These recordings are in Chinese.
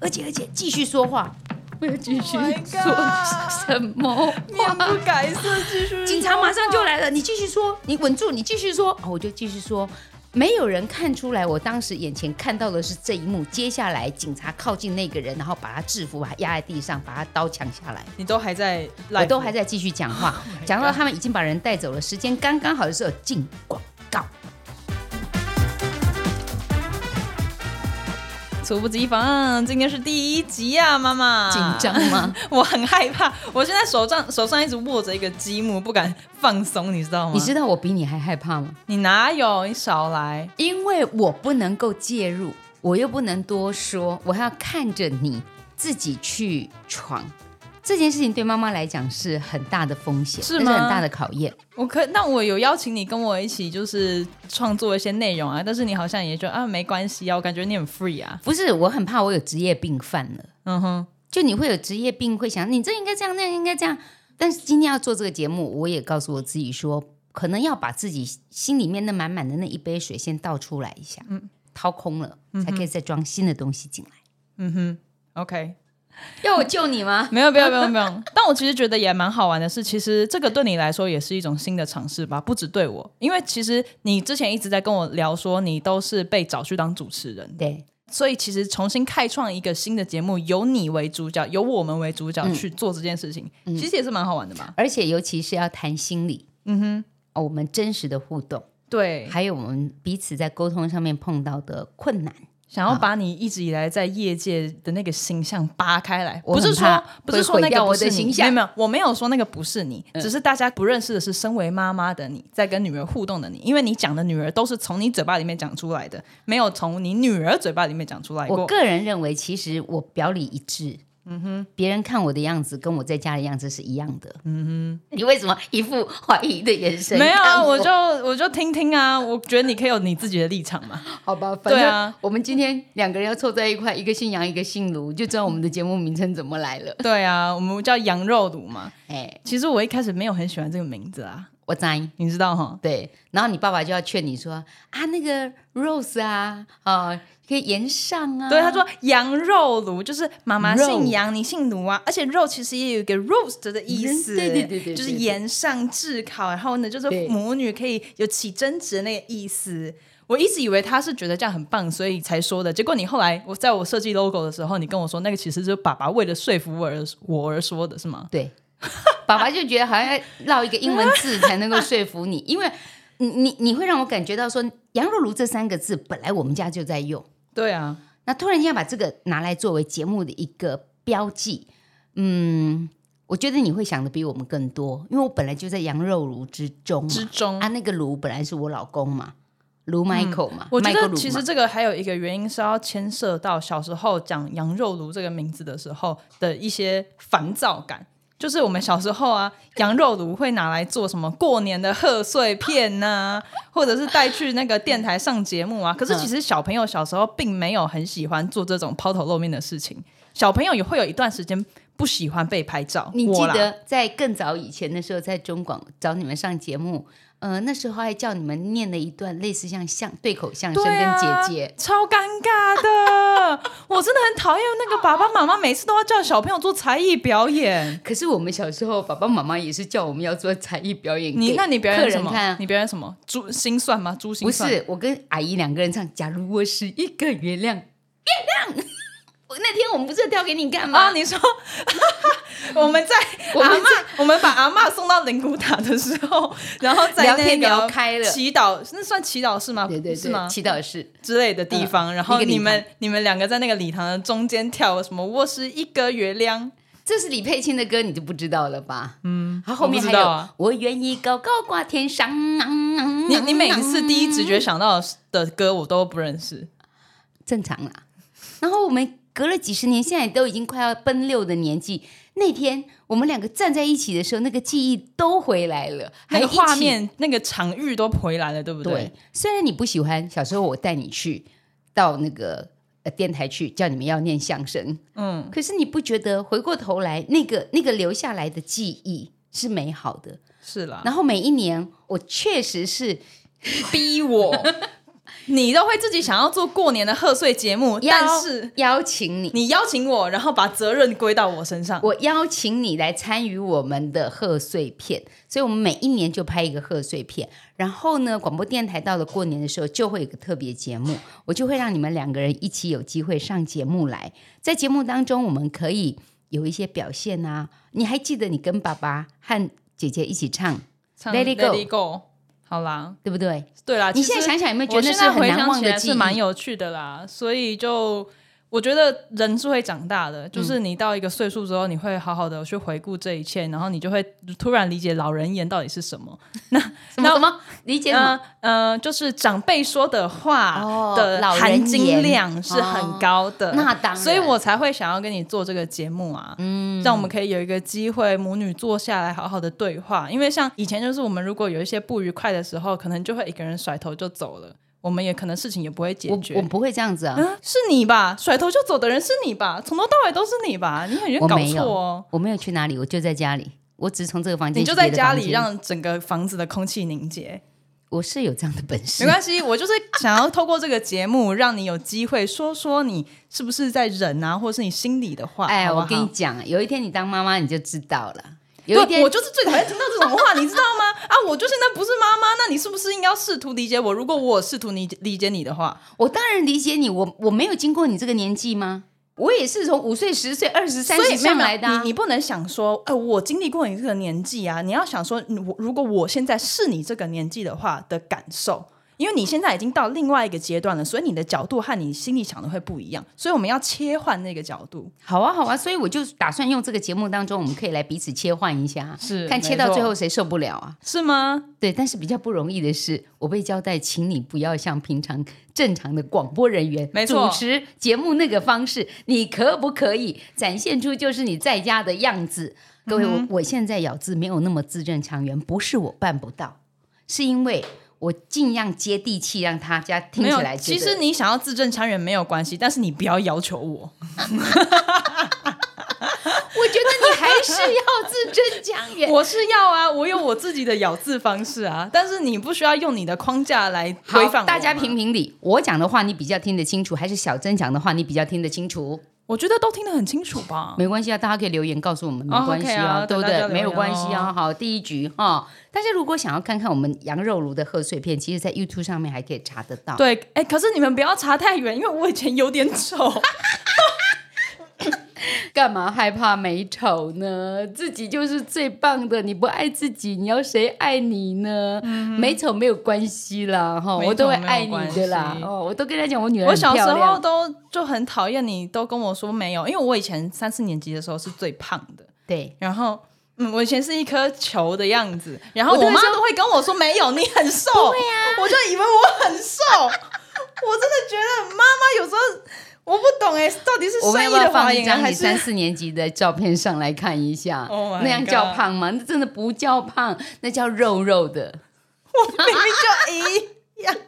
而且而且继续说话， 我要继续说什么？面不改色，继续。警察马上就来了，你继续说，你稳住，你继续说，哦，我就继续说。没有人看出来，我当时眼前看到的是这一幕。接下来，警察靠近那个人，然后把他制服，把他压在地上，把他刀抢下来。你都还在，我都还在继续讲话，讲到他们已经把人带走了，时间刚刚好的时候进广告。猝不及防，嗯今天是第一集啊，妈妈紧张吗？ 我很害怕，我现在手上手上一直握着一个积木，不敢放松，你知道吗？你知道我比你还害怕吗？你哪有？你少来！因为我不能够介入，我又不能多说，我还要看着你自己去闯。这件事情对妈妈来讲是很大的风险，是也吗很大的考验。我可那我有邀请你跟我一起，就是创作一些内容啊，但是你好像也就啊没关系啊，我感觉你很 free 啊，不是，我很怕我有职业病犯了。嗯哼，就你会有职业病，会想你这应该这样，那样应该这样。但是今天要做这个节目，我也告诉我自己说，可能要把自己心里面那满满的那一杯水先倒出来一下，掏空了，才可以再装新的东西进来。嗯哼，OK，要我救你吗？ 没有，不要，不用，不用。但我其实觉得也蛮好玩的是，其实这个对你来说也是一种新的尝试吧，不止对我，因为其实你之前一直在跟我聊说，你都是被找去当主持人，对，所以其实重新开创一个新的节目，由你为主角，由我们为主角去做这件事情，其实也是蛮好玩的吧。而且尤其是要谈心理，嗯哦我们真实的互动，哼，对，还有我们彼此在沟通上面碰到的困难。想要把你一直以来在业界的那个形象扒开来，我不是很怕说不是说会那毁掉个我不的是你形象嗯没有没有，我没有说那个不是你，只是大家不认识的是身为妈妈的你在跟女儿互动的你，因为你讲的女儿都是从你嘴巴里面讲出来的，没有从你女儿嘴巴里面讲出来我哎过。个人认为，其实我表里一致。嗯哼，别人看我的样子跟我在家的样子是一样的。嗯哼，你为什么一副怀疑的眼神看？没有啊，我就我就听听啊，我觉得你可以有你自己的立场嘛。好吧，反对正啊我们今天两个人要凑在一块，一个姓杨，一个姓卢，就知道我们的节目名称怎么来了。对啊，我们叫羊肉卤嘛。哎，其实我一开始没有很喜欢这个名字啊，我猜。你知道哈？对，然后你爸爸就要劝你说啊，那个 Rose 啊，啊，可以延上啊。对，他说羊肉炉就是妈妈肉姓杨，你姓卢啊，而且肉其实也有一个 roast 的意思，嗯对对对对对就是对盐上炙烤，然后呢，就是对母女可以有起争执的那个意思。我一直以为他是觉得这样很棒，所以才说的。结果你后来我在我设计 logo 的时候，你跟我说那个其实就是爸爸为了说服我而我而说的，是吗？对， 爸爸就觉得好像要绕一个英文字才能够说服你， 因为你你你会让我感觉到说“羊肉炉”这三个字本来我们家就在用，对啊，那突然间把这个拿来作为节目的一个标记，嗯，我觉得你会想的比我们更多，因为我本来就在羊肉炉之中嘛之中嗯啊，那个炉本来是我老公嘛，卢 Michael 嘛，我觉 Michael 得卢其实嘛这个还有一个原因是要牵涉到小时候讲“羊肉炉”这个名字的时候的一些烦躁感。就是我们小时候啊，羊肉炉会拿来做什么过年的贺岁片呐、或者是带去那个电台上节目嗯啊。可是其实小朋友小时候并没有很喜欢做这种抛头露面的事情，小朋友也会有一段时间不喜欢被拍照。你记我啦得在更早以前的时候，在中广找你们上节目，呃，那时候还叫你们念了一段类似像相对口相声对跟啊姐姐。超尴尬的。 我真的很讨厌那个爸爸妈妈每次都要叫小朋友做才艺表演。可是我们小时候，爸爸妈妈也是叫我们要做才艺表演给你那你表演客什人么？看啊。你表演什么？珠心算吗？珠心不算？是，我跟阿姨两个人唱。假如我是一个月亮，月亮。 我那天我们不是跳给你看吗？啊！你说 我们在 我阿们妈，我们把阿妈送到灵骨塔的时 候，然后在聊那天个聊开了祈祷，那算祈祷是吗？对对是对，吗？祈祷是之类的地方，嗯然后一个礼你们你们两个在那个礼堂的中间跳什么？我是一个月亮，这是李佩清的歌，你就不知道了吧？嗯，她后面我不还知有、道啊我愿意高高挂天上。啊你你你每一次第一直觉嗯想到的歌我都不认识，正常啦。然后我们隔了几十年，现在都已经快要奔六的年纪。那天我们两个站在一起的时候，那个记忆都回来了，还那有个画面、那个场域都回来了，对不对，虽然你不喜欢，小时候我带你去到那个呃电台去，叫你们要念相声，嗯，可是你不觉得回过头来，那个那个留下来的记忆是美好的？是啦，然后每一年，我确实是逼我你都会自己想要做过年的贺岁节目，邀但是邀请你，你邀请我，然后把责任归到我身 上。我邀请你来参与我们的贺岁片，所以我们每一年就拍一个贺岁片。然后呢，广播电台到了过年的时候，就会有个特别节目，我就会让你们两个人一起有机会上节目来。在节目当中，我们可以有一些表现啊。你还记得你跟爸爸和姐姐一起唱，唱 Let it go Let it go，好啦，对不对？对啦，你啊其现实在想想有没有觉我得那现是在很回难想忘起的来记忆是？蛮有趣的啦，所以就我觉得人是会长大的，就是嗯你到一个岁数之后，你会好好的去回顾这一切，然后你就会突然理解老人言到底是什么。什么那什么理解什么？嗯呃，就是长辈说的话哦的老人含金言哦量是很高的，那当然，所以我才会想要跟你做这个节目啊，嗯，让我们可以有一个机会母女坐下来好好的对话。因为像以前就是我们如果有一些不愉快的时候，可能就会一个人甩头就走了，我们也可能事情也不会嗯解我决。我不会这样子啊。 啊，是你吧？甩头就走的人是你吧？从头到尾都是你吧？你很容易我搞没有错哦。我没有去哪里，我就在家里，我只是从这个房间你去就别的在房间，家里让整个房子的空气凝结，我是有这样的本事没。关系。我就是想要透过这个节目，让你有机会说说你是不是在忍啊，或者是你心里的话。哎，好不我跟好你讲，有一天你当妈妈你就知道了。有对，一天我就是最讨厌听到这种话，你知道吗？啊，我就现在不是妈妈，那你是不是应该要试图理解我？如果我试图理解理解你的话，我当然理解你，我我没有经过你这个年纪吗？我也是从五岁、十岁、二十、三所以十上没有来的、你啊你。不能想说，哎、我经历过你这个年纪啊，你要想说，嗯我如果我现在是你这个年纪的话的感受。因为你现在已经到另外一个阶段了，所以你的角度和你心里想的会不一样，所以我们要切换那个角度。好啊，好啊，所以我就打算用这个节目当中，我们可以来彼此切换一下，啊是看切到最后谁受不了啊？是吗？对，但是比较不容易的是，我被交代，请你不要像平常正常的广播人员没错主持节目那个方式，你可不可以展现出就是你在家的样子？各位，嗯我我现在咬字没有那么字正腔圆，不是我办不到，是因为我尽量接地气，让大家听没起有来。觉其得实你想要字正腔圆没有关系，但是你不要要求 我。我觉得你还是要字正腔圆。我是要啊，我有我自己的咬字方式啊， 但是你不需要用你的框架来规范我好，大家嘛评。评理，我讲的话你比较听得清楚，还是小珍讲的话你比较听得清楚？我觉得都听得很清楚 吧。没关系啊，大家可以留言告诉我们，没哦关系 OK 啊对不大家对？留言没有关系啊。好，第一局哈、大家如果想要看看我们羊肉炉的贺岁片，其实在 YouTube 上面还可以查得到。对，哎、可是你们不要查太远，因为我以前有点 丑。干嘛害怕美丑呢？自己就是最棒的，你不爱自己，你要谁爱你呢？美丑没有关系啦，哈、嗯美丑我都会爱你的啦没有关。系哦，我都跟他讲，我女儿我很小时漂候亮。都就很讨厌你，都跟我说没有，因为我以前三四年级的时候是最胖的，对，然后。嗯，我以前是一颗球的样子，然后我都我会妈说都会跟我说没有，你很瘦，对啊呀、我就以为我很瘦，我真的觉得妈妈有时候我不懂哎、到底是我们要善意不要的放谎一言啊张还你是三四年级的照片上来看一下 Oh my 那样叫 God 胖吗？那真的不叫胖，那叫肉肉的。明明就哎一样。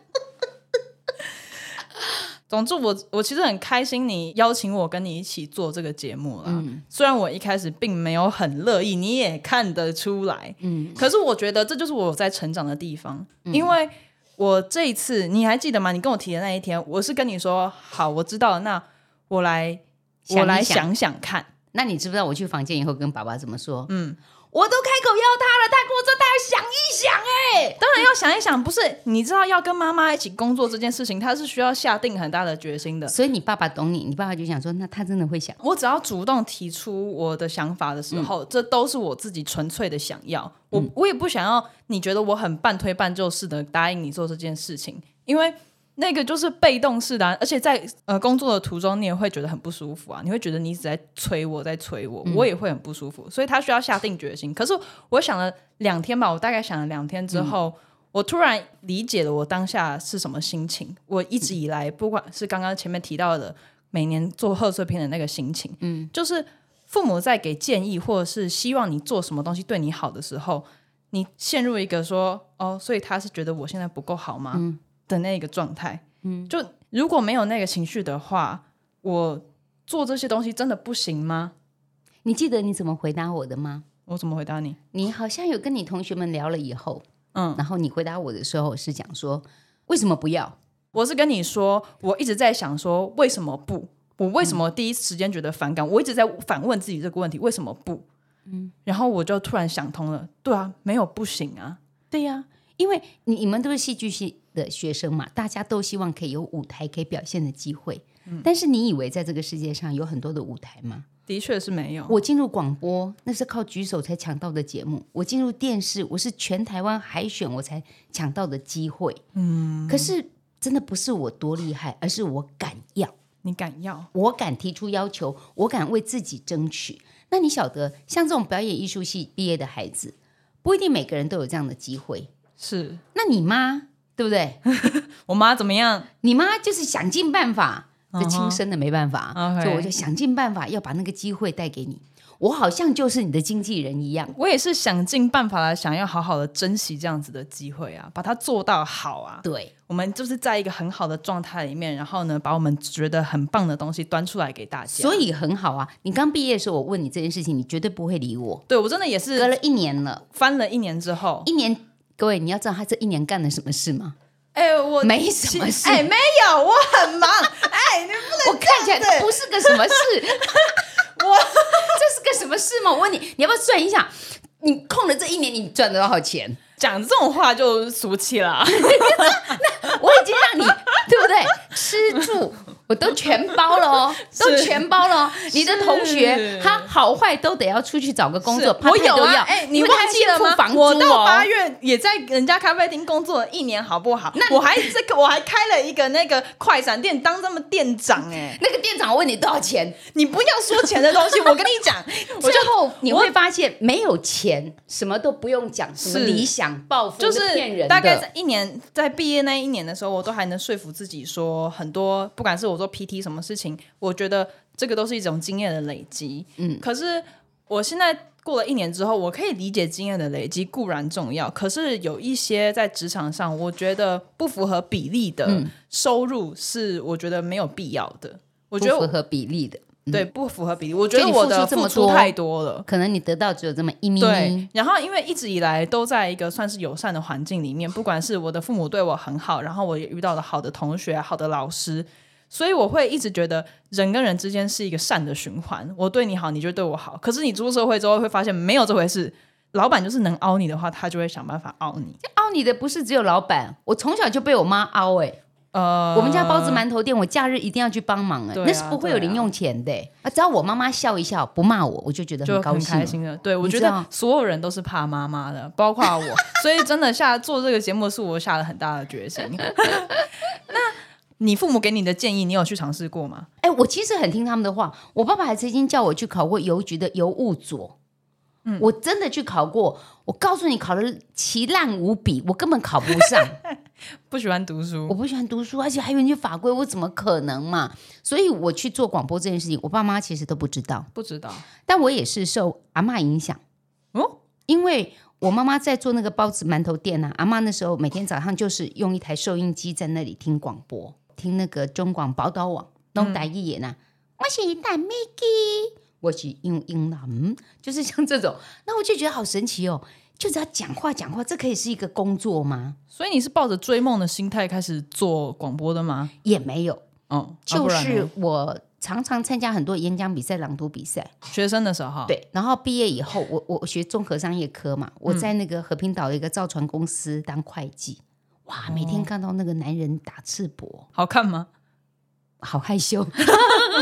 总之我，我其实很开心你邀请我跟你一起做这个节目啦。嗯虽然我一开始并没有很乐意，你也看得出来。嗯，可是我觉得这就是我在成长的地方，嗯因为我这一次你还记得吗？你跟我提的那一天，我是跟你说好，我知道了，那我来想一我来想想想看。那你知不知道我去房间以后跟爸爸怎么说？嗯，我都开口要他了，他跟我说他要想一想、哎，当然要想一想，不是你知道要跟妈妈一起工作这件事情，它是需要下定很大的决心的。所以你爸爸懂你，你爸爸就想说，那他真的会想。我只要主动提出我的想法的时候，这都是我自己纯粹的想要。我、我也不想要你觉得我很半推半就似的答应你做这件事情，因为那个就是被动式的啊、而且在呃工作的途中，你也会觉得很不舒服啊，你会觉得你一直在催我，在催我，我也会很不舒服。所以他需要下定决心。可是我想了两天吧，我大概想了两天之后。我突然理解了我当下是什么心情。我一直以来，不管是刚刚前面提到的，每年做贺岁片的那个心情，嗯，就是父母在给建议或者是希望你做什么东西对你好的时候，你陷入一个说哦，所以他是觉得我现在不够好吗、的那个状态，嗯，就如果没有那个情绪的话，我做这些东西真的不行吗？你记得你怎么回答我的吗？我怎么回答你？你好像有跟你同学们聊了以后，嗯，然后你回答我的时候是讲说，为什么不要？我是跟你说，我一直在想说为什么不？我为什么第一时间觉得反感？我一直在反问自己这个问题，为什么不？嗯，然后我就突然想通了，对啊，没有不行啊，对呀、因为你你们都是戏剧系的学生嘛，大家都希望可以有舞台可以表现的机会。但是你以为在这个世界上有很多的舞台吗？的确是没有。我进入广播，那是靠举手才抢到的节目；我进入电视，我是全台湾海选我才抢到的机会。嗯，可是真的不是我多厉害，而是我敢要。你敢要？我敢提出要求，我敢为自己争取。那你晓得，像这种表演艺术系毕业的孩子，不一定每个人都有这样的机会。是那你妈对不对？我妈怎么样？你妈就是想尽办法，这嗯哼亲生的没办法 OK 所以我就想尽办法要把那个机会带给你。我好像就是你的经纪人一样，我也是想尽办法来想要好好的珍惜这样子的机会啊，把它做到好啊。对，我们就是在一个很好的状态里面，然后呢，把我们觉得很棒的东西端出来给大家。所以很好啊。你刚毕业的时候，我问你这件事情，你绝对不会理我。对我真的也隔是了一年了，翻了一年之后，一年，各位你要知道他这一年干了什么事吗？哎、我没什么事，哎、没有，我很忙，哎、你我看起来对都不是个什么事， 我这是个什么事吗？我问你，你要不要算一下？你空了这一年，你赚了多少钱？ 讲这种话就俗气啦。我已经让你对不对？吃住我都全包了哦，都全包了哦。你的同学他好坏都得要出去找个工作，是我怕有太多啊，要哎、因你为忘他还记先了付吗？房租我到八哦。月也在人家咖啡厅工作了一年，好不好？那我还这个我 还开了一个那个快闪店当他们店长、哎，那个店长问你多少钱，你不要说钱的东西，我跟你 讲，我最就后你会发现没有钱，什么都不用讲，什么是理想抱负就是骗人的大概在一年，在毕业那一年的时候，我都还能说服自己说，很多不管是我做 PT 什么事情，我觉得这个都是一种经验的累积。嗯，可是我现在过了一年之后，我可以理解经验的累积固然重要，可是有一些在职场上，我觉得不符合比例嗯的收入是我觉得没有必要的。我觉得不我符合比例的，对不符合比例，我觉得就你我付的出这么付出多太多了。可能你得到只有这么一咪咪对。，然后因为一直以来都在一个算是友善的环境里面，不管是我的父母对我很好，然后我也遇到了好的同学、好的老师，所以我会一直觉得人跟人之间是一个善的循环。我对你好，你就对我好。可是你出社会之后会发现没有这回事，老板就是能凹你的话，他就会想办法凹你。凹你哎的不是只有老板，我从小就被我妈凹哎、呃，我们家包子馒头店，我假日一定要去帮忙哎、对啊那是不会有对啊零用钱的、欸啊只要我妈妈笑一笑，不骂我，我就觉得就很高很兴开了。心的。对，我你觉知得道所有人都是怕妈妈的，包括我，所以真的下做这个节目是我下了很大的决心。 那你父母给你的建议，你有去尝试过吗？哎、我其实很听他们的话，我爸爸还曾经叫我去考过邮局的邮务佐。嗯，我真的去考过，我告诉你，考的奇烂无比，我根本考不上。不喜欢读我书，不喜欢读书，而且还有那些法规，我怎么可能嘛？所以我去做广播这件事情，我爸妈其实都不知道，不知道但我也是受阿嬷影响。哦。因为我妈妈在做那个包子馒头店啊，阿妈那时候每天早上就是用一台收音机在那里听广播，听那个中广宝岛网弄台语演啊，我是大妹鸡，我是用英男，就是像这种，那我就觉得好神奇哦。就只要讲话讲话，这可以是一个工作吗？所以你是抱着追梦的心态开始做广播的吗？也没有，哦，啊就不然呢是我常常参加很多演讲比赛、朗读比赛，学生的时候，，对，然后毕业以后，我我我学综合商业科嗯嘛，我在那个和平岛的一个造船公司当会计。哇，哦每天看到那个男人打赤膊，好看吗？ 好害羞。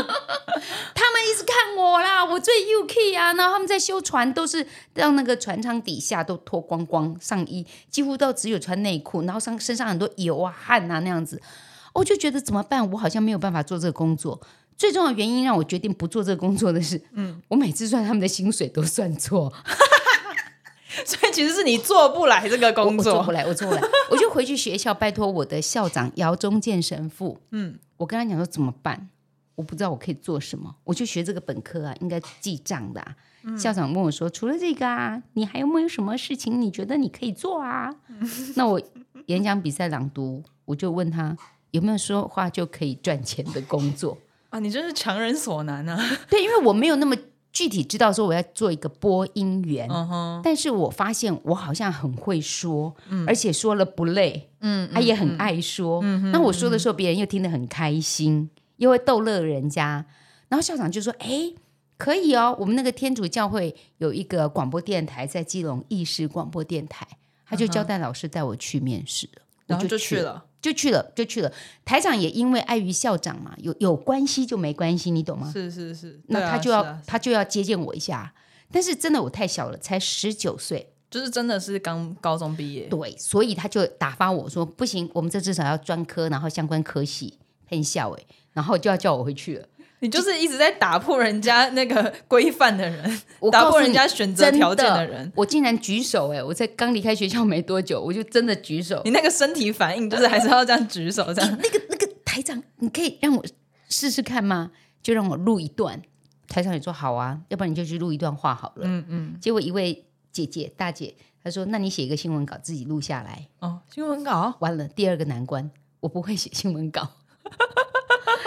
他们一直看我啦，我最 UK 啊。然后他们在修船，都是让那个船舱底下都脱光光上衣，几乎都只有穿内裤，然后上身上很多油啊、汗啊那样子。我就觉得怎么办？我好像没有办法做这个工作。最重要的原因让我决定不做这个工作的是，嗯，我每次算他们的薪水都算错，所以其实是你做不来这个工我做不作，来，我做不来，我就回去学校拜托我的校长姚中建神父。嗯嗯，我跟他讲说怎么办？我不知道我可以做什么，我就学这个本科啊，应该记账的、啊。嗯校长问我说：“除了这个啊，你还有没有什么事情你觉得你可以做啊？”嗯 那我演讲比赛朗读，我就问他有没有说话就可以赚钱的工作。啊，你真是强人所难啊！对，因为我没有那么具体知道说我要做一个播音员，嗯哼，嗯但是我发现我好像很会说，而且说了不累，嗯，他也很爱说，那我嗯说的时候，别人又听得很开心，又会逗乐人家。然后校长就说：“哎，可以哦，我们那个天主教会有一个广播电台在基隆意式广播电台，他就交代老师带我去面试了，嗯然后我就去去了。”了，就去了，就去了。台长也因为碍于校长嘛，有有关系就没关系，你懂吗？是是是，那对啊他就要、是啊他就要接见我一下。但是真的我太小了，才十九岁，就是真的是刚高中毕业，对，所以他就打发我说不行，我们这至少要专科，然后相关科系很校哎，然后就要叫我回去了。你就是一直在打破人家那个规范的人，我打告诉破人你家选择条件的人，我竟然举手哎！我在刚离开学校没多久，我就真的举手。你那个身体反应就是还是要这样举手，这样那个那个台长，你可以让我试试看吗？就让我录一段。台长也说好啊，要不然你就去录一段话好了。嗯嗯。结果一位姐姐大姐她说：“那你写一个新闻稿，自己录下来。哦，新闻稿”完了，第二个难关，我不会写新闻稿。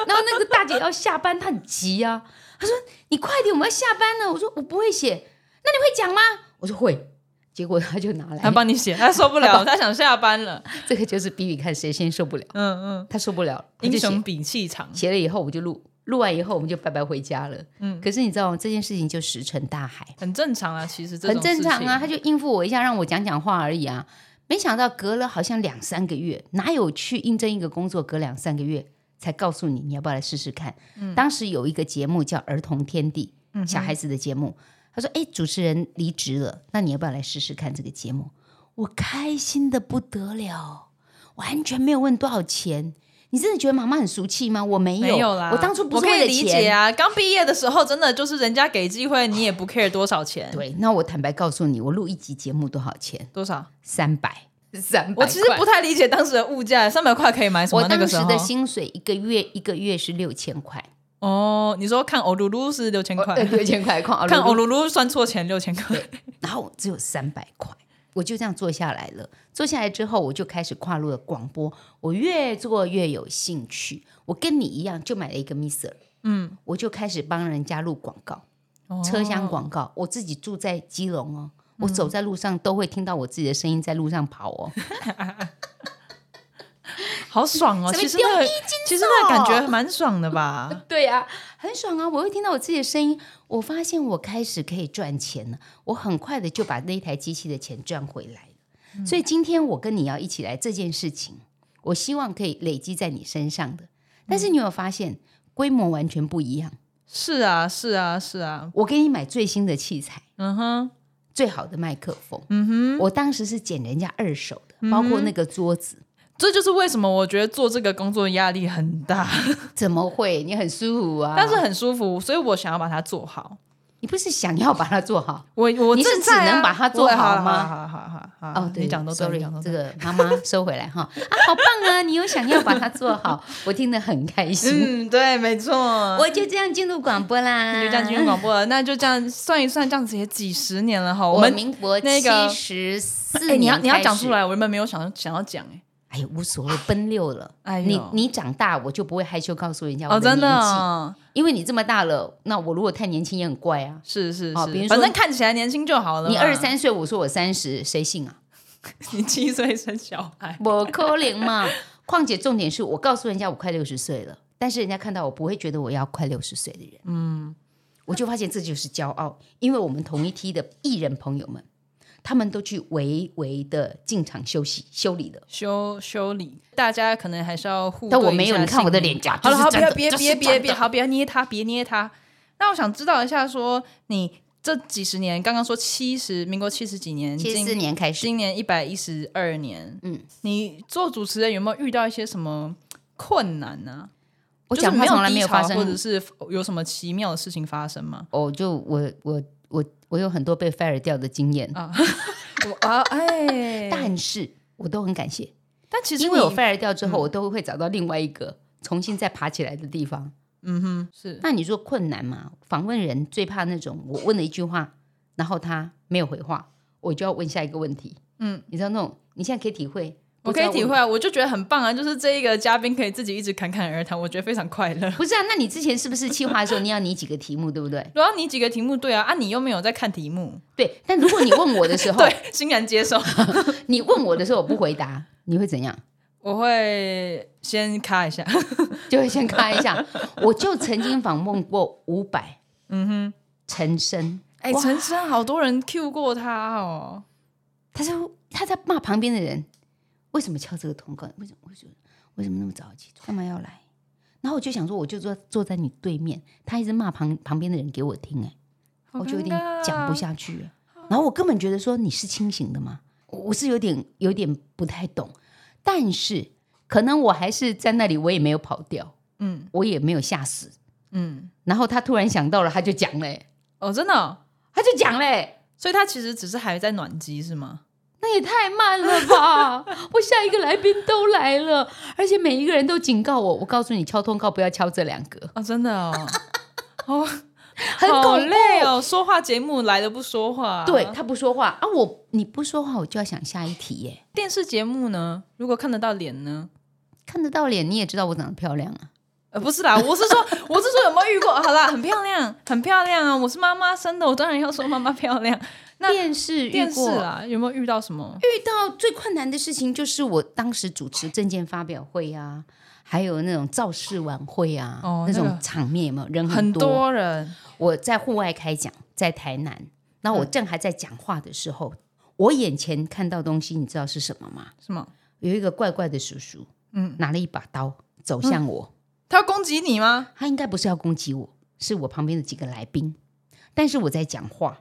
然后那个大姐要下班，她很急啊，她说：“你快点，我们要下班了。”我说：“我不会写，那你会讲吗？”我说：“会。”结果她就拿他来，帮你写，他受不了，他想下班了， 这个就是比比看谁先受不了，嗯她受不了，她嗯，就英写雄比气场，写了以后我就录，录完以后我们就拜拜回家了。嗯，可是你知道吗？这件事情就石沉大海，很正常啊，其实这很种正常啊。他事情，就应付我一下，让我讲讲话而已啊。没想到隔了好像两三个月，哪有去应征一个工作隔两三个月才告诉你你要不要来试试看？嗯当时有一个节目叫《儿童天地》，小孩子的节目。他说：“哎，主持人离职了，那你要不要来试试看这个节目？”我开心的不得了，完全没有问多少钱。你真的觉得妈妈很俗气吗？我没有，没有啦，我当初不我是可为以了理钱。解啊，刚毕业的时候真的就是人家给机会，你也不 care 多少钱，对，那我坦白告诉你，我录一集节目多少钱？多少？三百，三我其实不太理解当时的物价，三百块可以买什么？我那个当时时候的薪水一个月一个月是六千块，哦，你说看欧露露是六千块，哦呃六千块，哦看 看欧露露算错钱六千块，然后只有三百块，我就这样做下来了。做下来之后，我就开始跨入了广播，我越做越有兴趣。我跟你一样，就买了一个 Mister，嗯，哦我就开始帮人家录广告，哦车厢广告。我自己住在基隆哦，我走在路上都会听到我自己的声音在路上跑哦。好爽哦！什么其实丢那个其实那个感觉蛮爽的吧？ 对呀、很爽啊！我会听到我自己的声音，我发现我开始可以赚钱了，我很快的就把那一台机器的钱赚回来了。所以今天我跟你要一起来这件事情，我希望可以累积在你身上的。但是你有没有发现规模完全不一样？是啊，是啊，是啊，我给你买最新的器材，嗯哼，最好的麦克风。嗯哼，我当时是捡人家二手的，包括那个桌子。这就是为什么我觉得做这个工作压力很大，怎么会？你很舒服啊！但是很舒服，所以我想要把它做好。你不是想要把它做好？我我你是正在啊只能把它做我好好吗好好好好，好哦，对，啊你讲都对 sorry，你讲都这对。个妈妈收回来哈啊，好棒啊！你有想要把它做好，我听得很开心。嗯，对，没错，我就这样进入广播啦，就这样进入广播了，那就这样算一算，这样子也几十年了哈。我们民国那个七十四哎，你要你要讲出，来，我原本没有想想要讲哎。哎呦，无所谓，奔六了。哎呦你你长大，我就不会害羞告诉人家我哦，真的年纪，哦因为你这么大了，那我如果太年轻也很怪啊。是是哦比如是，说反正看起来年轻就好了嘛。你二十三岁，我说我三十，谁信啊？ 你七岁生小孩，我可怜嘛。况且重点是我告诉人家我快六十岁了，但是人家看到我不会觉得我要快六十岁的人。嗯，我就发现这就是骄傲，因为我们同一梯的艺人朋友们，他们都去微微的进场休息修理了。修修理，大家可能还是要互。但我没有，你看我的。脸颊，好了，好，啊就是不真要的别别就是别真别，的好，不要捏他，别捏他。那我想知道一下说，你这几十年，刚刚说七十，民国七十几年，七今四年开始，今年一百一十二年，嗯嗯，你做主持人有没有遇到一些什么困难呢、我就是讲话没有从来没有低潮发生或者是有什么奇妙的事情发生吗？哦，就我我我我有很多被 fire 掉的经验，啊，我啊， 哎，但是我都很感谢，但其实因为嗯我你 fire 掉之后，我都会找到另外一个重新再爬起来的地方。嗯哼，是那你说困难嘛？访问人最怕那种，我问了一句话，然后他没有回话，我就要问下一个问题。嗯，你知道那种，你现在可以体会我可以体会啊，我就觉得很棒啊，就是这一个嘉宾可以自己一直侃侃而谈，我觉得非常快乐。 不是啊，那你之前是不是计划的时候你要拟几个题目，对不对？然后你几个题目对啊，啊你又没有在看题目，对。但如果你问我的时候，对，欣然接受。你问我的时候我不回答，你会怎样？我会先卡一下，就会先开一下。我就曾经访问过伍佰，嗯哼，陈升，哎、哇陈升好多人 Q 过他哦，他说他在骂旁边的人，为什么敲这个通告？为什么为什么为什么那么早起？干嘛要来？然后我就想说，我就坐坐在你对面，他一直骂旁旁边的人给我听、哎，好我就有尴点尬啊讲不。下去了。然后我根本觉得说你是清醒的吗？我我是有点有点不太懂，但是可能我还是在那里，我也没有跑掉，嗯我也没有吓死。嗯，然后他突然想到了，他就讲嘞、哦，真的哦、他就讲欸嘞、所以他其实只是还在暖机是吗？那也太慢了吧！ 我下一个来宾都来了，而且每一个人都警告我，我告诉你敲通告不要敲这两个，哦，真的 哦，哦，很好恐怖累。哦，说话节目来了不说话，对他不说话啊，我你不说话，我就要想下一题耶。电视节目呢，如果看得到脸呢？看得到脸，你也知道我长得漂亮啊。呃，不是啦，我是说， 我是说有没有遇过？好啦，很漂亮，很漂亮啊！我是妈妈生的，我当然要说妈妈漂亮。那电视电视啊，啦，有没有遇到什么？遇到最困难的事情就是我当时主持证件发表会啊，还有那种造势晚会啊，哦那那种个场面有没有人很多多人，我在户外开讲，在台南，那我正还在讲话的时候，我眼前看到东西，你知道是什么吗？什么？有一个怪怪的叔叔，嗯，拿了一把刀走向我，他要攻击你吗？他应该不是要攻击我，是我旁边的几个来宾，但是我在讲话。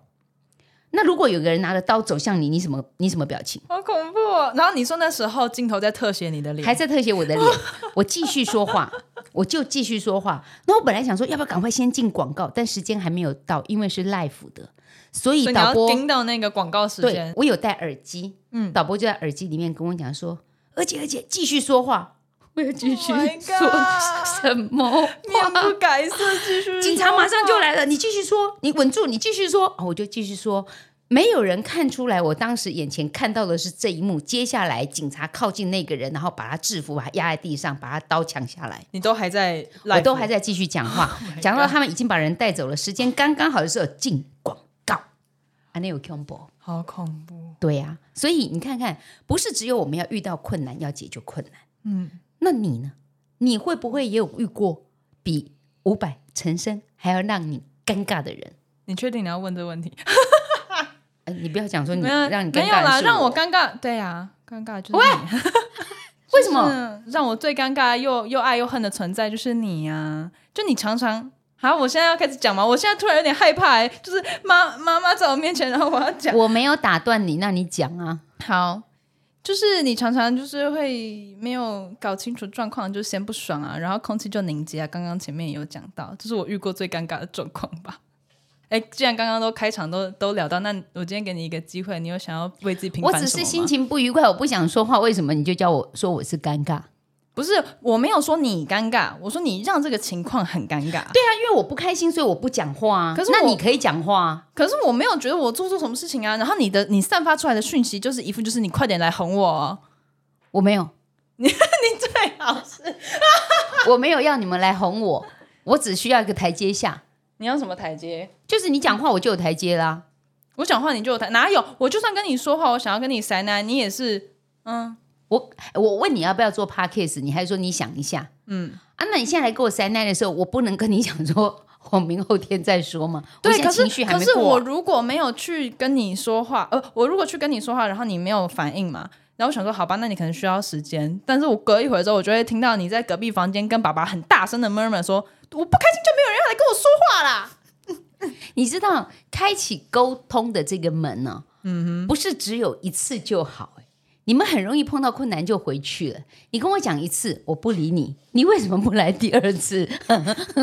那如果有个人拿着刀走向你，你什么你什么表情？好恐怖、哦！然后你说那时候镜头在特写你的脸，还在特写我 的脸，我继续说话，我就继续说话。那我本来想说，要不要赶快先进广告，但时间还没有到，因为是 live 的，所以所以你导要播盯到那个广告时对间。我有戴耳机，嗯导播就在耳机里面跟我讲说，而且而且继续说话， 我要继续 Oh my 说 God 什么面话？不改色，继续。警察马上就。来了，你继续说，你稳住，你继续说，哦我就继续说。没有人看出来，我当时眼前看到的是这一幕。接下来，警察靠近那个人，然后把他制服，把他压在地上，把他刀抢下来。你都还在，我 Oh 都还。在继续讲话 my，讲到 God 他们已经把人带走了，时间刚刚好的时候进广告。啊，那有 combo。好恐怖。对呀、所以你看看，不是只有我们要遇到困难要解决困难，嗯，那你呢？你会不会也有遇过比五百陈升还要让你尴尬的人？你确定你要问这个问题？呃、你不要讲说你没有，啊让你尴尬没有啦，的是让我我尴尬。对啊，尴尬就是喂你。啊为什么？ 就是让我最尴尬又又爱又恨的存在就是你呀、啊？就你常常。好，我现在要开始讲吗？我现在突然有点害怕、欸，就是妈妈妈在我面前，然后我要讲。我没有打断你，那你讲啊。好，就是你常常就是会没有搞清楚状况，就先不爽啊，然后空气就凝结啊。刚刚前面也有讲到，这是我遇过最尴尬的状况吧。哎，既然刚刚都开场都都聊到，那我今天给你一个机会，你有想要为自己平我反什么只吗？是心情不愉快，我不想说话，为什么你就叫我说我是尴尬？不是，我没有说你尴尬，我说你让这个情况很尴尬。对啊，因为我不开心，所以我不讲话啊。可是那我你可以讲话啊。可是我没有觉得我做错什么事情啊。然后你的你散发出来的讯息就是一副就是你快点来哄我、哦，我没有， 你最好是 我没有要你们来哄我，我只需要一个台阶下，你要什么台阶？就是你讲话我就有台阶啦。我讲话你就有台，哪有？我就算跟你说话，我想要跟你塞奶，你也是嗯。我我问你要不要做 podcast，你还说你想一下，嗯，啊，那你现在来给我塞奶的时候，我不能跟你讲说我明后天再说嘛，我对，现可在是情绪还可没是我过。如果没有去跟你说话，呃，我如果去跟你说话，然后你没有反应嘛，然后我想说好吧，那你可能需要时间，但是我隔一会儿之后，我就会听到你在隔壁房间跟爸爸很大声的 murmur 说，我不开心就没有人要来跟我说话啦。你知道开启沟通的这个门呢、嗯哼，不是只有一次就好、欸你们很容易碰到困难就回去了。你跟我讲一次，我不理你，你为什么不来第二次？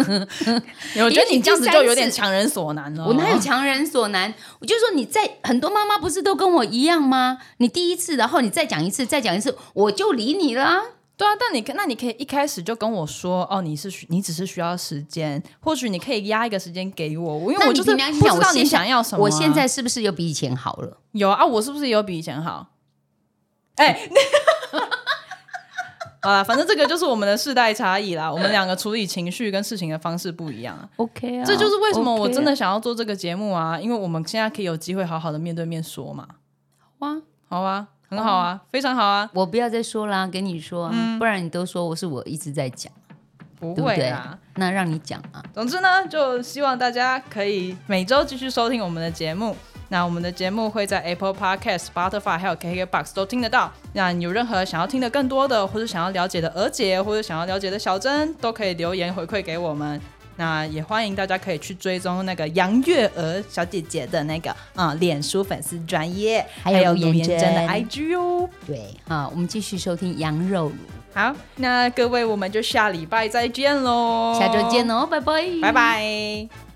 我觉得你这样子就因有为你第三点次强人所难了。我哪有强人所难？我就说你在很多妈妈不是都跟我一样吗？你第一次，然后你再讲一次，再讲一次，我就理你了啊。对啊，但你可那你可以一开始就跟我说，哦，你是需你只是需要时间，或许你可以压一个时间给我，因为那我你就是凭不良心讲，知我道你现想在要什么啊、我现在是不是又比以前好了？有啊，我是不是有比以前好？哎、 好啦，反正这个就是我们的世代差异啦，我们两个处理情绪跟事情的方式不一样啊。 OK 啊，这就是为什么哦 OK 我真的想要做这个节目啊，因为我们现在可以有机会好好的面对面说嘛，哇，好啊，很好啊，非常好啊，我不要再说啦，跟你说啊，不然你都说我是我一直在讲，不对不会对啦。？那让你讲啊，总之呢，就希望大家可以每周继续收听我们的节目。那我们的节目会在 Apple Podcast、Spotify 还有 KKBox 都听得到。那你有任何想要听得更多的，或者想要了解的娥姐，或者想要了解的小珍，都可以留言回馈给我们。那也欢迎大家可以去追踪那个杨月娥小姐姐的那个啊、嗯脸书粉丝专业，还有卢颜妍珍的珍 IG 哦。对，好，我们继续收听羊肉炉，好，那各位我们就下礼拜再见喽，下周见，哦，拜拜，拜。拜。